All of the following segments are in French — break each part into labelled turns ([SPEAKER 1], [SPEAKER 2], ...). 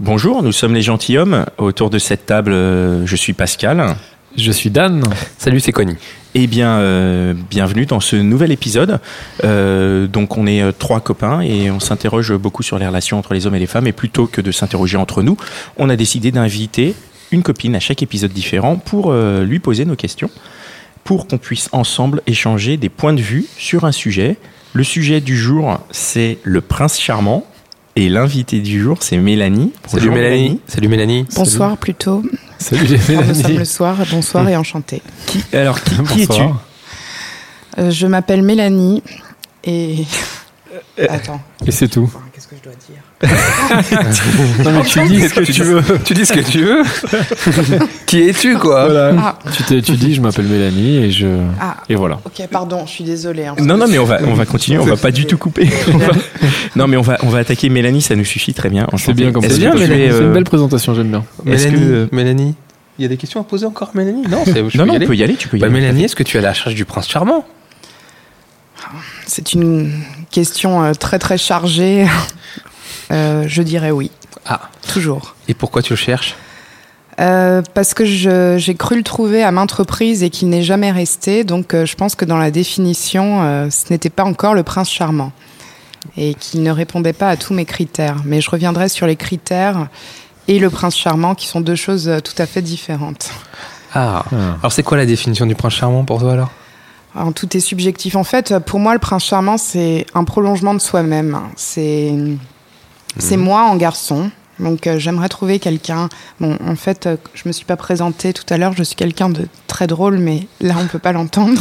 [SPEAKER 1] Bonjour, nous sommes les gentilshommes. Autour de cette table, euh, je suis Pascal.
[SPEAKER 2] Je suis Dan.
[SPEAKER 3] Salut, c'est Connie.
[SPEAKER 1] Eh bien, euh, bienvenue dans ce nouvel épisode. Euh, donc, on est euh, trois copains et on s'interroge beaucoup sur les relations entre les hommes et les femmes. Et plutôt que de s'interroger entre nous, on a décidé d'inviter une copine à chaque épisode différent pour euh, lui poser nos questions, pour qu'on puisse ensemble échanger des points de vue sur un sujet. Le sujet du jour, c'est le prince charmant. Et l'invité du jour, c'est Mélanie.
[SPEAKER 3] Salut Mélanie. Salut Mélanie.
[SPEAKER 4] Bonsoir plutôt.
[SPEAKER 2] Salut les
[SPEAKER 4] Enfin, nous sommes
[SPEAKER 2] Mélanie.
[SPEAKER 4] le soir. Bonsoir et enchanté.
[SPEAKER 1] Qui, alors, qui, qui es-tu
[SPEAKER 2] Bonsoir.
[SPEAKER 4] Euh, je m'appelle Mélanie et.
[SPEAKER 1] Euh,
[SPEAKER 4] Attends.
[SPEAKER 2] Et c'est tout.
[SPEAKER 4] Enfin, Qu'est-ce que je dois dire
[SPEAKER 2] Non, mais tu dis ce que tu veux.
[SPEAKER 3] Tu dis ce que tu veux. Qui es-tu, quoi
[SPEAKER 2] Voilà. Tu, t'es- tu dis, je m'appelle Mélanie et je.
[SPEAKER 4] Ah.
[SPEAKER 2] Et voilà.
[SPEAKER 4] Ok, pardon, je suis désolée. hein.
[SPEAKER 1] Non, non, mais on va, on va continuer, on va pas du tout couper. On va- Non, mais on va, on va attaquer Mélanie, ça nous suffit très bien.
[SPEAKER 2] C'est bien comme ça.
[SPEAKER 1] Est-ce que tu es,
[SPEAKER 2] C'est
[SPEAKER 1] euh,
[SPEAKER 2] une belle présentation, j'aime bien.
[SPEAKER 1] Est-ce
[SPEAKER 3] Mélanie,
[SPEAKER 1] que-
[SPEAKER 3] Mélanie. Il y a des questions à poser encore, Mélanie Non, c'est- je
[SPEAKER 1] Non,
[SPEAKER 3] peux
[SPEAKER 1] non,
[SPEAKER 3] y
[SPEAKER 1] on
[SPEAKER 3] aller.
[SPEAKER 1] peut y aller, tu peux y
[SPEAKER 3] Bah,
[SPEAKER 1] aller.
[SPEAKER 3] Mélanie, est-ce que tu es à la recherche du prince charmant
[SPEAKER 4] C'est une question euh, très très chargée. Euh, je dirais oui,
[SPEAKER 3] Ah,
[SPEAKER 4] toujours.
[SPEAKER 3] et pourquoi tu le cherches
[SPEAKER 4] Euh, parce que je- j'ai cru le trouver à maintes reprises et qu'il n'est jamais resté, donc euh, je pense que dans la définition, euh, ce n'était pas encore le prince charmant et qu'il ne répondait pas à tous mes critères. Mais je reviendrai sur les critères et le prince charmant, qui sont deux choses euh, tout à fait différentes.
[SPEAKER 3] Ah.
[SPEAKER 2] Ah.
[SPEAKER 3] Alors, c'est quoi la définition du prince charmant pour toi, alors
[SPEAKER 4] Alors, Hein, tout est subjectif. En fait, pour moi, le prince charmant, c'est un prolongement de soi-même. C'est c'est moi en garçon. Donc, euh, j'aimerais trouver quelqu'un. Bon, en fait, euh, je me suis pas présentée tout à l'heure. Je suis quelqu'un de très drôle, mais là, on peut pas l'entendre.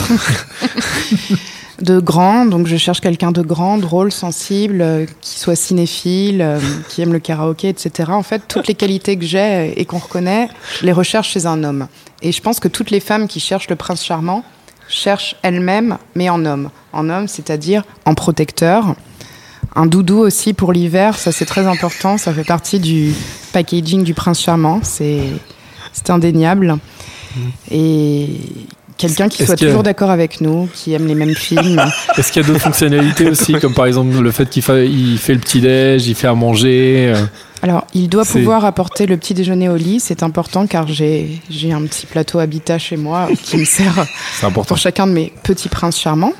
[SPEAKER 4] de grand. Donc, je cherche quelqu'un de grand, drôle, sensible, euh, qui soit cinéphile, euh, qui aime le karaoké, etc. En fait, toutes les qualités que j'ai euh, et qu'on reconnaît, je les recherche chez un homme. Et je pense que toutes les femmes qui cherchent le prince charmant cherchent elles-mêmes, mais en homme. En homme, c'est-à-dire en protecteur. Un doudou aussi pour l'hiver, ça c'est très important, ça fait partie du packaging du prince charmant, c'est c'est indéniable. Et quelqu'un qui
[SPEAKER 2] Mmh. Est-ce
[SPEAKER 4] soit
[SPEAKER 2] que-
[SPEAKER 4] toujours d'accord avec nous, qui aime les mêmes films.
[SPEAKER 2] Est-ce qu'il y a d'autres fonctionnalités aussi, comme par exemple le fait qu'il fa- il fait le petit-déj, il fait à manger euh,
[SPEAKER 4] Alors, il doit
[SPEAKER 2] C'est-
[SPEAKER 4] pouvoir apporter le petit déjeuner au lit, c'est important car j'ai j'ai un petit plateau habitat chez moi qui me sert
[SPEAKER 2] C'est important.
[SPEAKER 4] pour chacun de mes petits princes charmants.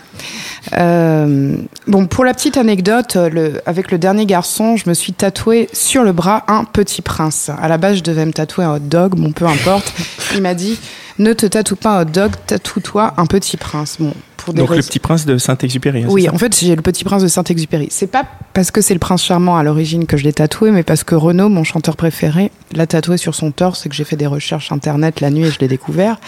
[SPEAKER 4] Euh, bon, pour la petite anecdote, euh, le- avec le dernier garçon, je me suis tatoué sur le bras un petit prince. À la base, je devais me tatouer un hot dog, bon, peu importe. Il m'a dit, ne te tatoue pas un hot dog, tatoue-toi un petit prince. Bon, pour des
[SPEAKER 1] Donc le
[SPEAKER 4] raisons-
[SPEAKER 1] petit prince de Saint-Exupéry. hein,
[SPEAKER 4] oui,
[SPEAKER 1] c'est ça
[SPEAKER 4] en fait, j'ai le petit prince de Saint-Exupéry. C'est pas parce que c'est le prince charmant à l'origine que je l'ai tatoué, mais parce que Renaud, mon chanteur préféré, l'a tatoué sur son torse et que j'ai fait des recherches internet la nuit et je l'ai découvert.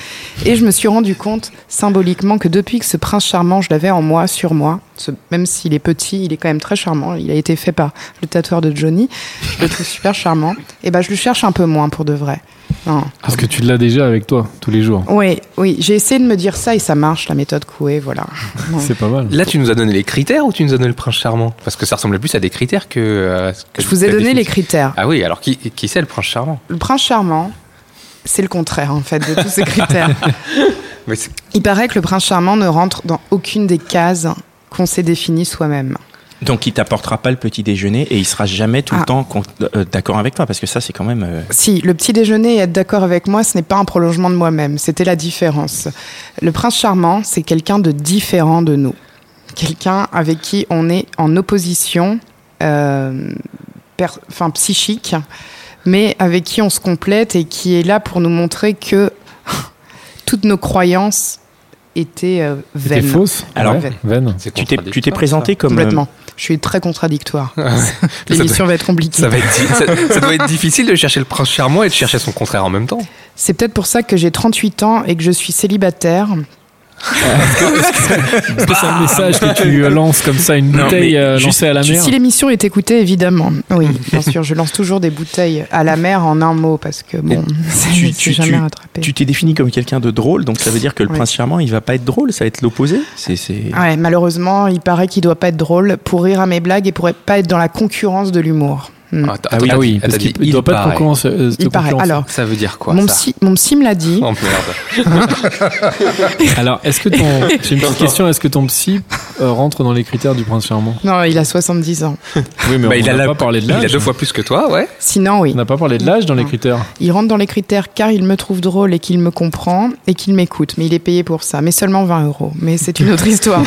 [SPEAKER 4] Et je me suis rendu compte symboliquement que depuis que ce prince charmant, je l'avais en moi, sur moi, ce- même s'il est petit, il est quand même très charmant. Il a été fait par le tatoueur de Johnny. Je le trouve super charmant. Et ben, je le cherche un peu moins pour de vrai. Non.
[SPEAKER 2] Parce que tu l'as déjà avec toi, tous les jours.
[SPEAKER 4] Oui, oui, j'ai essayé de me dire ça et ça marche, la méthode Coué, voilà. Non.
[SPEAKER 2] C'est pas mal.
[SPEAKER 3] Là, tu nous as donné les critères ou tu nous as donné le prince charmant Parce que ça ressemblait plus à des critères que. euh, ce que
[SPEAKER 4] Je vous ai
[SPEAKER 3] la
[SPEAKER 4] donné les
[SPEAKER 3] définition.
[SPEAKER 4] critères.
[SPEAKER 3] Ah oui, alors qui, qui c'est le prince charmant
[SPEAKER 4] Le prince charmant, c'est le contraire en fait de tous ces critères.
[SPEAKER 3] Mais c'est-
[SPEAKER 4] Il paraît que le prince charmant ne rentre dans aucune des cases qu'on s'est définies soi-même.
[SPEAKER 1] Donc il t'apportera pas le petit déjeuner et il sera jamais tout le
[SPEAKER 4] Ah.
[SPEAKER 1] temps con- euh, d'accord avec toi parce que ça c'est quand même. euh,
[SPEAKER 4] Si, le petit déjeuner et être d'accord avec moi, ce n'est pas un prolongement de moi-même, c'était la différence. Le prince charmant, c'est quelqu'un de différent de nous. Quelqu'un avec qui on est en opposition, euh, per- enfin psychique, mais avec qui on se complète et qui est là pour nous montrer que toutes nos croyances étaient euh,
[SPEAKER 2] T'es
[SPEAKER 4] vaines.
[SPEAKER 2] fausse
[SPEAKER 1] Alors,
[SPEAKER 2] ouais, vaine.
[SPEAKER 3] c'est
[SPEAKER 1] Tu t'es tu t'es
[SPEAKER 3] contradictoire,
[SPEAKER 1] présenté comme. euh,
[SPEAKER 4] Complètement. Je suis très contradictoire. L'émission va être compliquée.
[SPEAKER 3] Ça, va être, di- ça, ça doit être difficile de chercher le prince charmant et de chercher son contraire en même temps.
[SPEAKER 4] C'est peut-être pour ça que j'ai 38 ans et que je suis célibataire.
[SPEAKER 2] Est-ce que c'est un message que tu euh, lances comme ça, une
[SPEAKER 1] Non,
[SPEAKER 2] bouteille
[SPEAKER 1] mais
[SPEAKER 2] euh,
[SPEAKER 1] juste-
[SPEAKER 2] lancée à la mer
[SPEAKER 4] Si l'émission est écoutée, évidemment. Oui, bien sûr, je lance toujours des bouteilles à la mer en un mot parce que bon, c'est
[SPEAKER 1] tu-
[SPEAKER 4] c'est
[SPEAKER 1] tu-
[SPEAKER 4] jamais
[SPEAKER 1] tu-
[SPEAKER 4] rattrapé.
[SPEAKER 1] Tu t'es défini comme quelqu'un de drôle, donc ça veut dire que le
[SPEAKER 4] Ouais. Ah.
[SPEAKER 1] prince charmant, il va pas être drôle, ça va être l'opposé. C'est c'est-
[SPEAKER 4] Ouais, malheureusement, il paraît qu'il doit pas être drôle pour rire à mes blagues et pour être- pas être dans la concurrence de l'humour.
[SPEAKER 1] Mm.
[SPEAKER 4] Hmm.
[SPEAKER 3] Attends,
[SPEAKER 2] Ah oui,
[SPEAKER 3] attends,
[SPEAKER 2] ah oui,
[SPEAKER 3] attends,
[SPEAKER 2] parce
[SPEAKER 3] dit,
[SPEAKER 2] qu'il ne doit pas de
[SPEAKER 3] paraît.
[SPEAKER 2] concurrence. euh, de
[SPEAKER 4] Il paraît.
[SPEAKER 2] concurrence.
[SPEAKER 4] Alors,
[SPEAKER 3] Ça veut dire quoi
[SPEAKER 4] mon,
[SPEAKER 3] ça
[SPEAKER 4] psy, mon psy me l'a dit.
[SPEAKER 3] Oh merde.
[SPEAKER 2] Alors, est-ce que ton. J'ai une petite question. Est-ce que ton psy euh, rentre dans les critères du prince charmant
[SPEAKER 4] Non, il a 70 ans.
[SPEAKER 2] Oui, mais
[SPEAKER 3] Bah,
[SPEAKER 2] on
[SPEAKER 3] il a
[SPEAKER 2] n'a
[SPEAKER 3] la-
[SPEAKER 2] pas parlé de
[SPEAKER 3] Il a
[SPEAKER 2] l'âge.
[SPEAKER 3] deux fois plus que toi, ouais.
[SPEAKER 4] Sinon, oui.
[SPEAKER 2] On n'a pas parlé de l'âge dans les
[SPEAKER 4] Non.
[SPEAKER 2] critères.
[SPEAKER 4] Il rentre dans les critères car il me trouve drôle et qu'il me comprend et qu'il m'écoute. Mais il est payé pour ça. Mais seulement 20 euros. Mais c'est une autre histoire.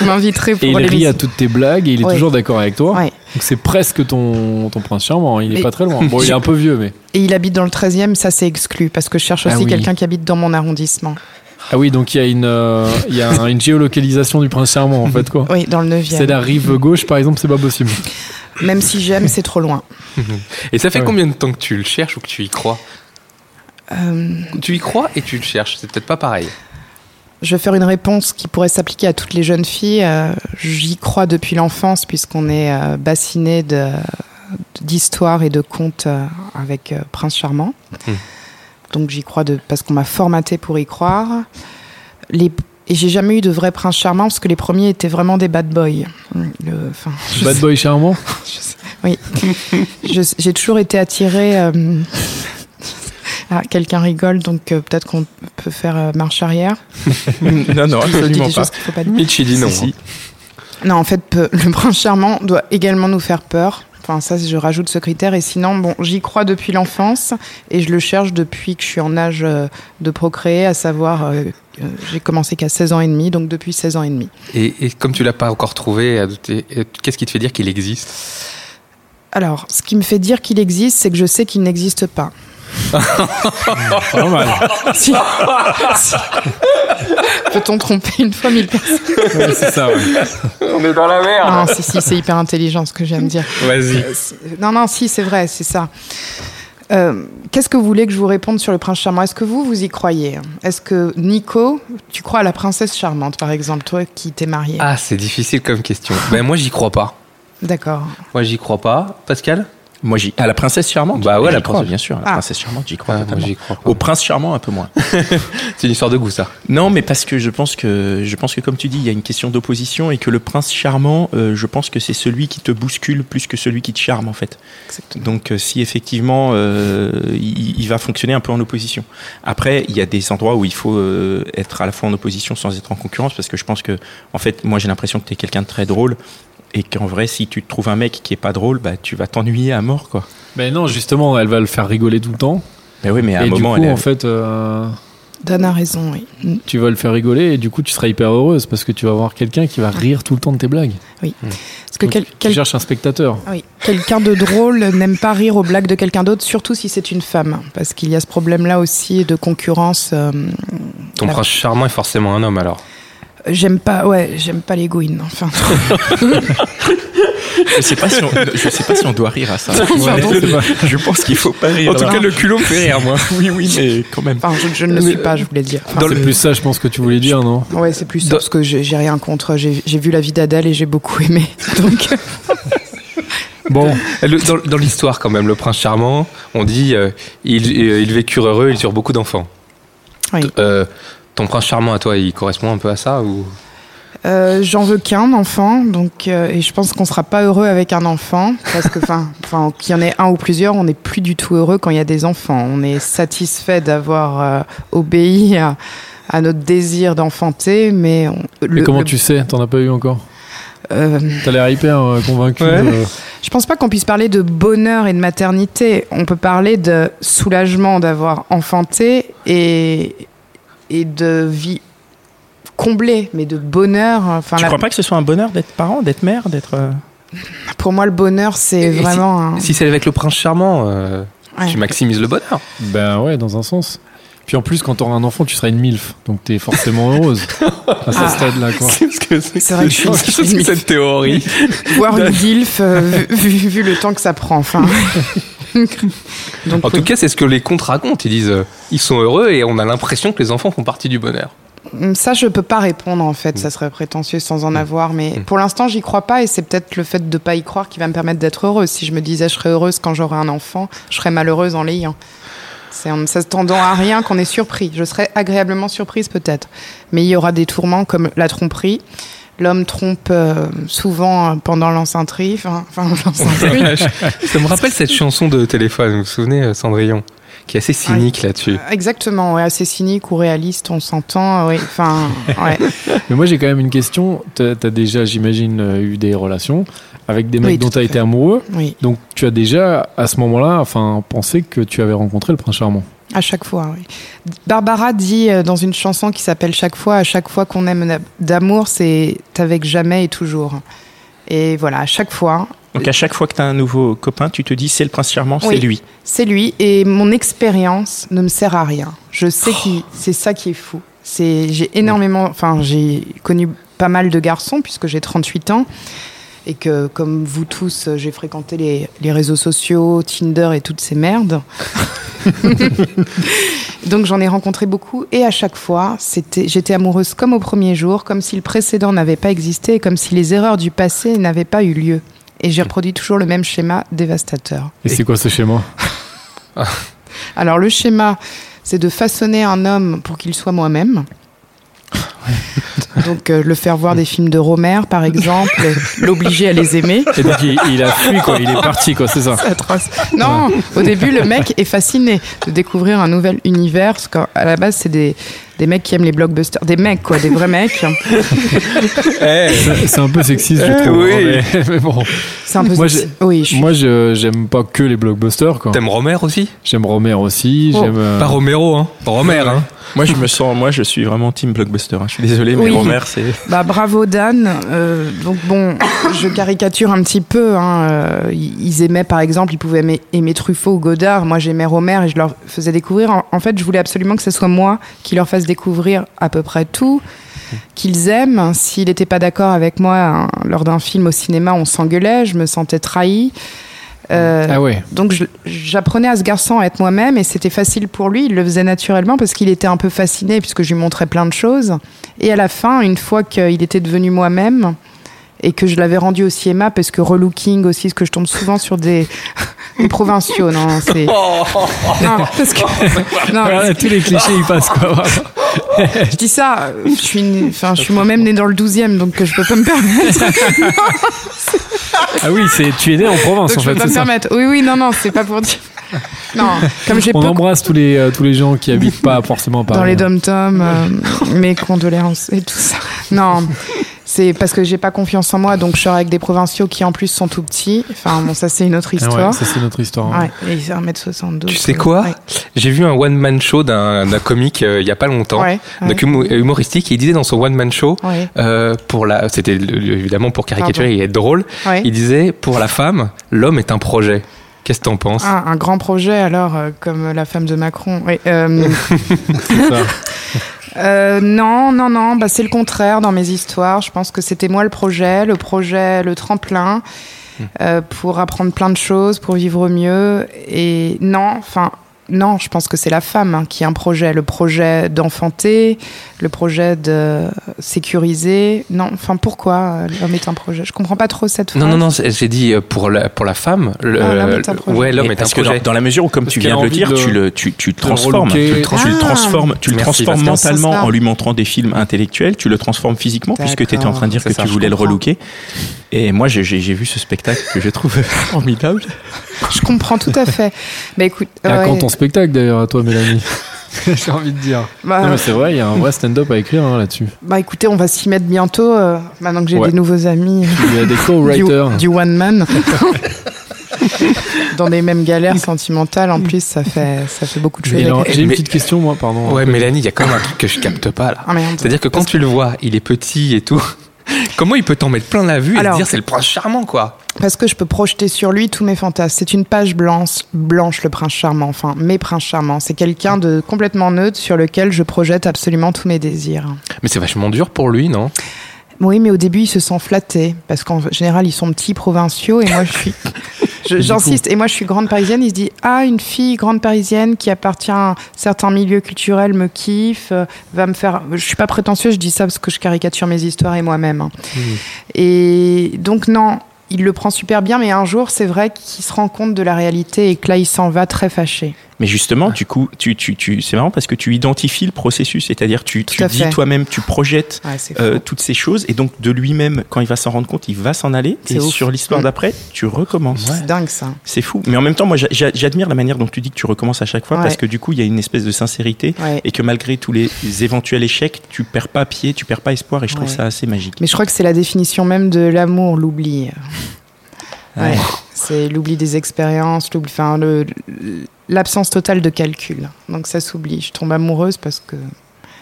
[SPEAKER 4] Vous m'inviterez
[SPEAKER 2] Et
[SPEAKER 4] pour
[SPEAKER 2] il
[SPEAKER 4] les
[SPEAKER 2] rit à toutes tes blagues et il est
[SPEAKER 4] Ouais.
[SPEAKER 2] toujours d'accord avec toi.
[SPEAKER 4] Ouais.
[SPEAKER 2] Donc c'est presque ton, ton prince charmant. hein. Il est
[SPEAKER 4] Mais-
[SPEAKER 2] pas très loin. Bon, il est un peu vieux, mais.
[SPEAKER 4] Et il habite dans le 13e, ça c'est exclu parce que je cherche
[SPEAKER 2] Ah
[SPEAKER 4] aussi
[SPEAKER 2] oui.
[SPEAKER 4] quelqu'un qui habite dans mon arrondissement.
[SPEAKER 2] Ah oui, donc il y a une, euh, il y a un- une géolocalisation du prince charmant en fait quoi.
[SPEAKER 4] Oui, dans le
[SPEAKER 2] C'est
[SPEAKER 4] 9e.
[SPEAKER 2] la rive gauche par exemple, c'est pas possible.
[SPEAKER 4] Même si j'aime, c'est trop loin.
[SPEAKER 3] Et ça fait
[SPEAKER 2] Ouais.
[SPEAKER 3] combien de temps que tu le cherches ou que tu y crois
[SPEAKER 4] Euh,
[SPEAKER 3] Tu y crois et tu le cherches, c'est peut-être pas pareil.
[SPEAKER 4] je vais faire une réponse qui pourrait s'appliquer à toutes les jeunes filles. Euh, J'y crois depuis l'enfance puisqu'on est euh, bassiné de- d'histoires et de contes euh, avec euh, Prince Charmant.
[SPEAKER 3] Hmm.
[SPEAKER 4] Donc j'y crois de, parce qu'on m'a formaté pour y croire. Les, et j'ai jamais eu de vrai Prince Charmant parce que les premiers étaient vraiment des bad boys. Hmm, Le- enfin, je
[SPEAKER 2] Bad boy charmant.
[SPEAKER 4] Je sais- Oui. Je- J'ai toujours été attirée. euh, Ah, quelqu'un rigole, donc euh, peut-être qu'on peut faire euh, marche arrière.
[SPEAKER 1] non, non,
[SPEAKER 4] Je dis
[SPEAKER 1] absolument
[SPEAKER 4] des
[SPEAKER 1] pas.
[SPEAKER 4] choses qu'il faut pas dire.
[SPEAKER 3] Mitch, il dit non.
[SPEAKER 1] Si, si.
[SPEAKER 4] Non, en fait, peu- le prince charmant doit également nous faire peur. Enfin, ça, je rajoute ce critère. Et sinon, bon, j'y crois depuis l'enfance et je le cherche depuis que je suis en âge euh, de procréer, à savoir, euh, euh, j'ai commencé qu'à 16 ans et demi, donc depuis 16 ans et demi.
[SPEAKER 3] hein. Et, et comme tu l'as pas encore trouvé, euh, t'es- euh, qu'est-ce qui te fait dire qu'il existe
[SPEAKER 4] Alors, ce qui me fait dire qu'il existe, c'est que je sais qu'il n'existe pas.
[SPEAKER 2] Pas mal.
[SPEAKER 4] Si. Si. Peut-on tromper une fois mille personnes
[SPEAKER 2] Ouais, c'est ça. ouais.
[SPEAKER 3] On est dans la merde.
[SPEAKER 4] Non, si, si, c'est hyper intelligent ce que je viens de dire.
[SPEAKER 3] Vas-y.
[SPEAKER 4] Non, non, si, c'est vrai, c'est ça. Euh, Qu'est-ce que vous voulez que je vous réponde sur le prince charmant Est-ce que vous, vous y croyez Est-ce que Nico, tu crois à la princesse charmante, par exemple, toi qui t'es marié
[SPEAKER 3] Ah, c'est difficile comme question. ben moi, j'y crois pas.
[SPEAKER 4] D'accord.
[SPEAKER 3] Moi, j'y crois pas. Pascal
[SPEAKER 1] Moi, j'y. À la princesse charmante
[SPEAKER 3] Bah ouais,
[SPEAKER 1] J'y
[SPEAKER 3] la
[SPEAKER 1] crois,
[SPEAKER 3] princesse-
[SPEAKER 1] bien sûr. à La
[SPEAKER 4] Ah.
[SPEAKER 1] princesse charmante, j'y crois.
[SPEAKER 3] Ah, moi,
[SPEAKER 1] totalement.
[SPEAKER 3] j'y crois pas.
[SPEAKER 1] Au prince charmant, un peu moins.
[SPEAKER 3] C'est une histoire de goût, ça.
[SPEAKER 1] Non, mais parce que je pense que je pense que comme tu dis, il y a une question d'opposition et que le prince charmant, euh, je pense que c'est celui qui te bouscule plus que celui qui te charme en fait. Donc euh, si effectivement euh, il, il va fonctionner un peu en opposition. Après, il y a des endroits où il faut euh, être à la fois en opposition sans être en concurrence parce que je pense que en fait, moi j'ai l'impression que tu es quelqu'un de très drôle et qu'en vrai si tu trouves un mec qui est pas drôle, bah tu vas t'ennuyer à mort quoi.
[SPEAKER 2] Mais non, justement, elle va le faire rigoler tout le temps.
[SPEAKER 1] Mais oui, mais à
[SPEAKER 2] et
[SPEAKER 1] un
[SPEAKER 2] du
[SPEAKER 1] moment
[SPEAKER 2] coup,
[SPEAKER 1] elle est-
[SPEAKER 2] en fait, euh,
[SPEAKER 4] Dan a raison, oui. Mm.
[SPEAKER 2] tu vas le faire rigoler et du coup, tu seras hyper heureuse parce que tu vas avoir quelqu'un qui va rire tout le temps de tes blagues.
[SPEAKER 4] Parce que
[SPEAKER 2] Donc,
[SPEAKER 4] quel-
[SPEAKER 2] tu
[SPEAKER 4] quel-
[SPEAKER 2] cherches un spectateur.
[SPEAKER 4] Ah oui, quelqu'un de drôle n'aime pas rire aux blagues de quelqu'un d'autre, surtout si c'est une femme. Parce qu'il y a ce problème-là aussi de concurrence. euh,
[SPEAKER 3] Ton
[SPEAKER 4] La-
[SPEAKER 3] prince charmant est forcément un homme, alors.
[SPEAKER 4] j'aime pas, ouais, j'aime pas les gouines, enfin.
[SPEAKER 1] je sais pas si on, je sais pas si on doit rire à ça.
[SPEAKER 4] Pardon.
[SPEAKER 1] je pense qu'il faut pas rire.
[SPEAKER 3] En tout
[SPEAKER 1] là.
[SPEAKER 3] cas, le culot me fait rire, moi.
[SPEAKER 1] Oui, oui, mais quand même.
[SPEAKER 4] Enfin, je, je ne le suis pas, je voulais dire. Enfin,
[SPEAKER 2] C'est plus ça, je pense que tu voulais dire, non
[SPEAKER 4] Ouais, c'est plus ça,
[SPEAKER 3] Dans-
[SPEAKER 4] parce que j'ai j'ai rien contre. J'ai j'ai vu la vie d'Adèle et j'ai beaucoup aimé. Donc,
[SPEAKER 2] Bon,
[SPEAKER 3] Le- dans dans l'histoire, quand même, le prince charmant, on dit euh, ils, euh, ils vécurent heureux, ils eurent beaucoup d'enfants.
[SPEAKER 4] Oui.
[SPEAKER 3] T- euh, ton prince charmant à toi, il correspond un peu à ça ou
[SPEAKER 4] euh, j'en veux qu'un enfant, donc euh, et je pense qu'on sera pas heureux avec un enfant parce que, enfin, enfin, qu'il y en ait un ou plusieurs, on n'est plus du tout heureux quand il y a des enfants. On est satisfait d'avoir euh, obéi à, à notre désir d'enfanter, mais on-
[SPEAKER 2] mais
[SPEAKER 4] le-
[SPEAKER 2] comment
[SPEAKER 4] le-
[SPEAKER 2] tu sais T'en as pas eu encore
[SPEAKER 4] euh,
[SPEAKER 2] T'as l'air hyper euh, convaincu.
[SPEAKER 3] Ouais.
[SPEAKER 2] euh,
[SPEAKER 4] Je pense pas qu'on puisse parler de bonheur et de maternité. On peut parler de soulagement d'avoir enfanté et, et de vie comblée, mais de bonheur. Enfin,
[SPEAKER 1] Tu
[SPEAKER 4] la-
[SPEAKER 1] crois pas que ce soit un bonheur d'être parent, d'être mère, d'être. euh,
[SPEAKER 4] pour moi, le bonheur, c'est
[SPEAKER 3] Et si-
[SPEAKER 4] vraiment.
[SPEAKER 3] Si c'est avec le prince charmant, euh,
[SPEAKER 4] un... ouais.
[SPEAKER 3] tu maximises le bonheur.
[SPEAKER 2] Ben ouais, dans un sens. Puis en plus, quand t'auras un enfant, tu seras une MILF. Donc t'es forcément heureuse à ce
[SPEAKER 4] Ah.
[SPEAKER 2] stade-là. Quoi.
[SPEAKER 3] C'est ce que c'est
[SPEAKER 4] C'est vrai que je suis-
[SPEAKER 3] c'est ce que cette théorie.
[SPEAKER 4] Voir une gilf, euh, vu, vu- vu le temps que ça prend. Enfin. euh, Donc,
[SPEAKER 3] En tout
[SPEAKER 4] oui.
[SPEAKER 3] cas, c'est ce que les contes racontent. Ils disent euh, ils sont heureux et on a l'impression que les enfants font partie du bonheur.
[SPEAKER 4] mm, Ça, je peux pas répondre en fait. Ça serait prétentieux sans en avoir. Mais pour l'instant, j'y crois pas. Et c'est peut-être le fait de pas y croire qui va me permettre d'être heureuse. Si je me disais je serais heureuse quand j'aurai un enfant, je serais malheureuse en l'ayant. C'est en ne s'attendant à rien qu'on est surpris. Je serais agréablement surprise peut-être. Mais il y aura des tourments comme la tromperie. L'homme trompe euh, souvent pendant l'enceinterie. Enfin, enfin, l'enceinterie.
[SPEAKER 3] Ça me rappelle cette chanson de téléphone, vous vous souvenez, euh, Cendrillon, qui est assez cynique là-dessus.
[SPEAKER 4] Euh, Exactement, ouais, assez cynique ou réaliste, on s'entend. ouais, Enfin, ouais.
[SPEAKER 2] Mais moi, j'ai quand même une question. T'as as déjà, j'imagine, euh, eu des relations avec des mecs
[SPEAKER 4] Oui,
[SPEAKER 2] dont
[SPEAKER 4] tout
[SPEAKER 2] t'as
[SPEAKER 4] à
[SPEAKER 2] été
[SPEAKER 4] fait.
[SPEAKER 2] amoureux.
[SPEAKER 4] oui,
[SPEAKER 2] Donc, tu as déjà, à ce moment-là, enfin, pensé que tu avais rencontré le prince charmant.
[SPEAKER 4] à chaque fois. oui. Barbara dit euh, dans une chanson qui s'appelle Chaque fois, à chaque fois qu'on aime na- d'amour, c'est avec jamais et toujours. Et voilà, à chaque fois,
[SPEAKER 1] Donc à chaque fois que tu as un nouveau copain, tu te dis c'est le prince charmant,
[SPEAKER 4] Oui.
[SPEAKER 1] c'est lui.
[SPEAKER 4] c'est lui et mon expérience ne me sert à rien. Je sais qui, c'est ça qui est fou. C'est j'ai énormément enfin j'ai connu pas mal de garçons puisque j'ai 38 ans et que comme vous tous j'ai fréquenté les, les réseaux sociaux, Tinder et toutes ces merdes. Donc j'en ai rencontré beaucoup et à chaque fois, c'était j'étais amoureuse comme au premier jour, comme si le précédent n'avait pas existé et comme si les erreurs du passé n'avaient pas eu lieu. Et j'ai reproduit toujours le même schéma dévastateur.
[SPEAKER 2] Et c'est quoi ce schéma
[SPEAKER 4] Alors le schéma, c'est de façonner un homme pour qu'il soit moi-même. Donc euh, le faire voir des films de Romer, par exemple, l'obliger à les aimer.
[SPEAKER 2] Et donc, il, il a fui, quoi. Il est parti, quoi. C'est ça.
[SPEAKER 4] C'est atroce. Non, au début, le mec est fasciné de découvrir un nouvel univers. Parce qu'à à la base, c'est des, des mecs qui aiment les blockbusters. Des mecs, quoi, des vrais mecs.
[SPEAKER 3] Eh,
[SPEAKER 2] C'est un peu sexiste,
[SPEAKER 4] Euh,
[SPEAKER 2] je trouve.
[SPEAKER 3] oui.
[SPEAKER 2] hein, mais- mais bon.
[SPEAKER 4] C'est un peu.
[SPEAKER 2] Moi,
[SPEAKER 4] sexy. Oui, je suis.
[SPEAKER 2] Moi, je- j'aime pas que les blockbusters, quoi.
[SPEAKER 3] T'aimes Romer aussi
[SPEAKER 2] J'aime Romer aussi.
[SPEAKER 4] Oh.
[SPEAKER 2] J'aime. euh,
[SPEAKER 3] Pas Romero, hein Romer, hein
[SPEAKER 1] Moi je me sens, moi je suis vraiment team blockbuster. hein. Je suis désolé, mais
[SPEAKER 4] Oui.
[SPEAKER 1] Romer c'est.
[SPEAKER 4] Bah, bravo Dan. Euh, donc bon, je caricature un petit peu. hein. Euh, Ils aimaient par exemple, ils pouvaient aimer, aimer Truffaut ou Godard. Moi j'aimais Romer et je leur faisais découvrir. En, en fait, je voulais absolument que ce soit moi qui leur fasse découvrir à peu près tout qu'ils aiment. S'ils n'étaient pas d'accord avec moi hein, lors d'un film au cinéma, on s'engueulait, je me sentais trahi. Euh,
[SPEAKER 2] Ah ouais.
[SPEAKER 4] donc je- j'apprenais à ce garçon à être moi-même et c'était facile pour lui, il le faisait naturellement parce qu'il était un peu fasciné puisque je lui montrais plein de choses. Et à la fin, une fois qu'il était devenu moi-même et que je l'avais rendu aussi aimable parce que relooking aussi, ce que je tombe souvent sur des, des provinciaux, non, c'est... Non, parce que... non,
[SPEAKER 2] Voilà, Ah, tous les clichés, ils passent, quoi.
[SPEAKER 4] je dis ça, euh, je suis, une- enfin, je suis moi-même née dans le 12e donc je peux pas me permettre.
[SPEAKER 2] Ah oui, c'est tu es né en province,
[SPEAKER 4] Donc
[SPEAKER 2] en
[SPEAKER 4] je
[SPEAKER 2] fait.
[SPEAKER 4] peux pas
[SPEAKER 2] c'est
[SPEAKER 4] me
[SPEAKER 2] ça.
[SPEAKER 4] permettre. Oui, oui, non, non, c'est pas pour dire... Non, comme j'ai
[SPEAKER 2] On
[SPEAKER 4] peu
[SPEAKER 2] embrasse tous les, euh, tous les gens qui habitent pas forcément Paris.
[SPEAKER 4] dans les
[SPEAKER 2] hein.
[SPEAKER 4] dom-toms, euh, mes condoléances et tout ça. Non, c'est parce que j'ai pas confiance en moi, donc je sors avec des provinciaux qui en plus sont tout petits. Enfin, bon, ça c'est une autre
[SPEAKER 2] Ah ouais,
[SPEAKER 4] histoire.
[SPEAKER 2] ça, c'est notre histoire. hein.
[SPEAKER 4] Ouais, et 1m72.
[SPEAKER 3] Tu sais quoi
[SPEAKER 4] Ouais.
[SPEAKER 3] J'ai vu un one-man show d'un d'un comique euh, il y a pas longtemps,
[SPEAKER 4] Ouais, ouais.
[SPEAKER 3] donc humo- humoristique, et il disait dans son one-man show,
[SPEAKER 4] Ouais.
[SPEAKER 3] euh, pour la, c'était le- le- évidemment pour caricaturer et être drôle,
[SPEAKER 4] Ouais.
[SPEAKER 3] il disait pour la femme, l'homme est un projet. Qu'est-ce que t'en penses
[SPEAKER 4] Ah, un grand projet alors, euh, comme la femme de Macron. Oui, euh,
[SPEAKER 2] ça.
[SPEAKER 4] euh, non, non, non, bah, c'est le contraire dans mes histoires. Je pense que c'était moi le projet, le projet, le tremplin
[SPEAKER 2] Hmm.
[SPEAKER 4] euh, pour apprendre plein de choses, pour vivre mieux. Et non, enfin, non, je pense que c'est la femme hein, qui a un projet, le projet d'enfanter, le projet de sécuriser. Non, enfin, pourquoi euh, l'homme est un projet Je comprends pas trop cette phrase.
[SPEAKER 3] Non, non, non, c'est- j'ai dit euh, pour la, pour la femme, le-
[SPEAKER 4] Ah, l'homme est un
[SPEAKER 3] le-
[SPEAKER 4] projet.
[SPEAKER 3] ouais, l'homme
[SPEAKER 1] Mais
[SPEAKER 3] est un
[SPEAKER 1] parce que dans,
[SPEAKER 3] projet.
[SPEAKER 1] dans la mesure où, comme
[SPEAKER 2] Parce
[SPEAKER 1] tu
[SPEAKER 2] qu'elle
[SPEAKER 1] viens
[SPEAKER 2] a
[SPEAKER 1] de le
[SPEAKER 2] envie
[SPEAKER 1] dire,
[SPEAKER 2] de-
[SPEAKER 1] tu le, tu, tu le transformes.
[SPEAKER 2] relooker.
[SPEAKER 1] Tu le, trans- tu le
[SPEAKER 4] Ah.
[SPEAKER 1] transformes, tu le
[SPEAKER 3] Merci,
[SPEAKER 1] transformes
[SPEAKER 3] Pascal.
[SPEAKER 4] C'est
[SPEAKER 1] mentalement
[SPEAKER 4] ça.
[SPEAKER 1] en lui montrant des films intellectuels, tu le transformes physiquement, puisque tu étais en train de dire
[SPEAKER 3] C'est
[SPEAKER 1] que
[SPEAKER 3] ça,
[SPEAKER 1] tu
[SPEAKER 3] je
[SPEAKER 1] voulais le
[SPEAKER 4] comprends.
[SPEAKER 1] relooker. Et moi, j'ai- j'ai j'ai vu ce spectacle que je trouve formidable.
[SPEAKER 4] Je comprends tout à fait. Bah écoute,
[SPEAKER 2] Et à
[SPEAKER 4] ouais.
[SPEAKER 2] quand ton spectacle d'ailleurs à toi Mélanie J'ai envie de dire.
[SPEAKER 4] Bah,
[SPEAKER 2] Non mais c'est vrai, il y a un vrai stand-up à écrire hein, là-dessus.
[SPEAKER 4] Bah écoutez, on va s'y mettre bientôt, euh, maintenant que j'ai
[SPEAKER 2] Ouais.
[SPEAKER 4] des nouveaux amis euh,
[SPEAKER 2] Il y a des
[SPEAKER 4] du,
[SPEAKER 2] co-writers.
[SPEAKER 4] du one man. Dans les mêmes galères sentimentales, en plus, ça fait, ça fait beaucoup de choses.
[SPEAKER 2] Et alors,
[SPEAKER 4] avec-
[SPEAKER 2] J'ai une
[SPEAKER 3] Mais-
[SPEAKER 2] petite question moi, pardon.
[SPEAKER 3] Ouais, Mélanie, il y a quand même un truc que je capte pas là.
[SPEAKER 4] Ah, merde.
[SPEAKER 3] C'est-à-dire que quand tu le vois, il est petit et tout. Comment il peut t'en mettre plein la vue et
[SPEAKER 4] Alors-
[SPEAKER 3] te dire c'est le prince charmant quoi
[SPEAKER 4] Parce que je peux projeter sur lui tous mes fantasmes. C'est une page blanche, blanche le prince charmant, enfin mes princes charmants. C'est quelqu'un de complètement neutre sur lequel je projette absolument tous mes désirs.
[SPEAKER 3] Mais c'est vachement dur pour lui, non
[SPEAKER 4] Oui, mais au début, ils se sont flattés, parce qu'en général, ils sont petits provinciaux, et moi, je suis, Je-
[SPEAKER 2] Et du
[SPEAKER 4] J'insiste. Et moi, je suis grande parisienne. Il se dit Ah, une fille grande parisienne qui appartient à un certain milieu culturel me kiffe, euh, va me faire. Je suis pas prétentieuse, je dis ça parce que je caricature mes histoires et moi-même. hein. Et donc, non, il le prend super bien, mais un jour, c'est vrai qu'il se rend compte de la réalité et que là, il s'en va très fâché.
[SPEAKER 1] Mais justement, du coup, tu, tu, tu, c'est marrant parce que tu identifies le processus, c'est-à-dire tu,
[SPEAKER 4] Tout
[SPEAKER 1] tu
[SPEAKER 4] à
[SPEAKER 1] dis
[SPEAKER 4] fait.
[SPEAKER 1] toi-même, tu projettes
[SPEAKER 4] Ouais, c'est
[SPEAKER 1] euh,
[SPEAKER 4] fou.
[SPEAKER 1] toutes ces choses, et donc de lui-même, quand il va s'en rendre compte, il va s'en aller,
[SPEAKER 4] C'est
[SPEAKER 1] et
[SPEAKER 4] ouf.
[SPEAKER 1] sur l'histoire
[SPEAKER 4] Mm.
[SPEAKER 1] d'après, tu recommences.
[SPEAKER 4] C'est dingue, ça.
[SPEAKER 1] C'est fou. Mais en même temps, moi, j'a- j'a- j'admire la manière dont tu dis que tu recommences à chaque fois,
[SPEAKER 4] Ouais.
[SPEAKER 1] parce que du coup, il y a une espèce de sincérité,
[SPEAKER 4] Ouais.
[SPEAKER 1] et que malgré tous les éventuels échecs, tu perds pas pied, tu perds pas espoir, et je trouve
[SPEAKER 4] Ouais.
[SPEAKER 1] ça assez magique.
[SPEAKER 4] Mais je crois que c'est la définition même de l'amour, l'oubli. Ouais. C'est l'oubli des expériences, l'oubli, enfin, le- l'absence totale de calcul. Donc ça s'oublie. Je tombe amoureuse parce que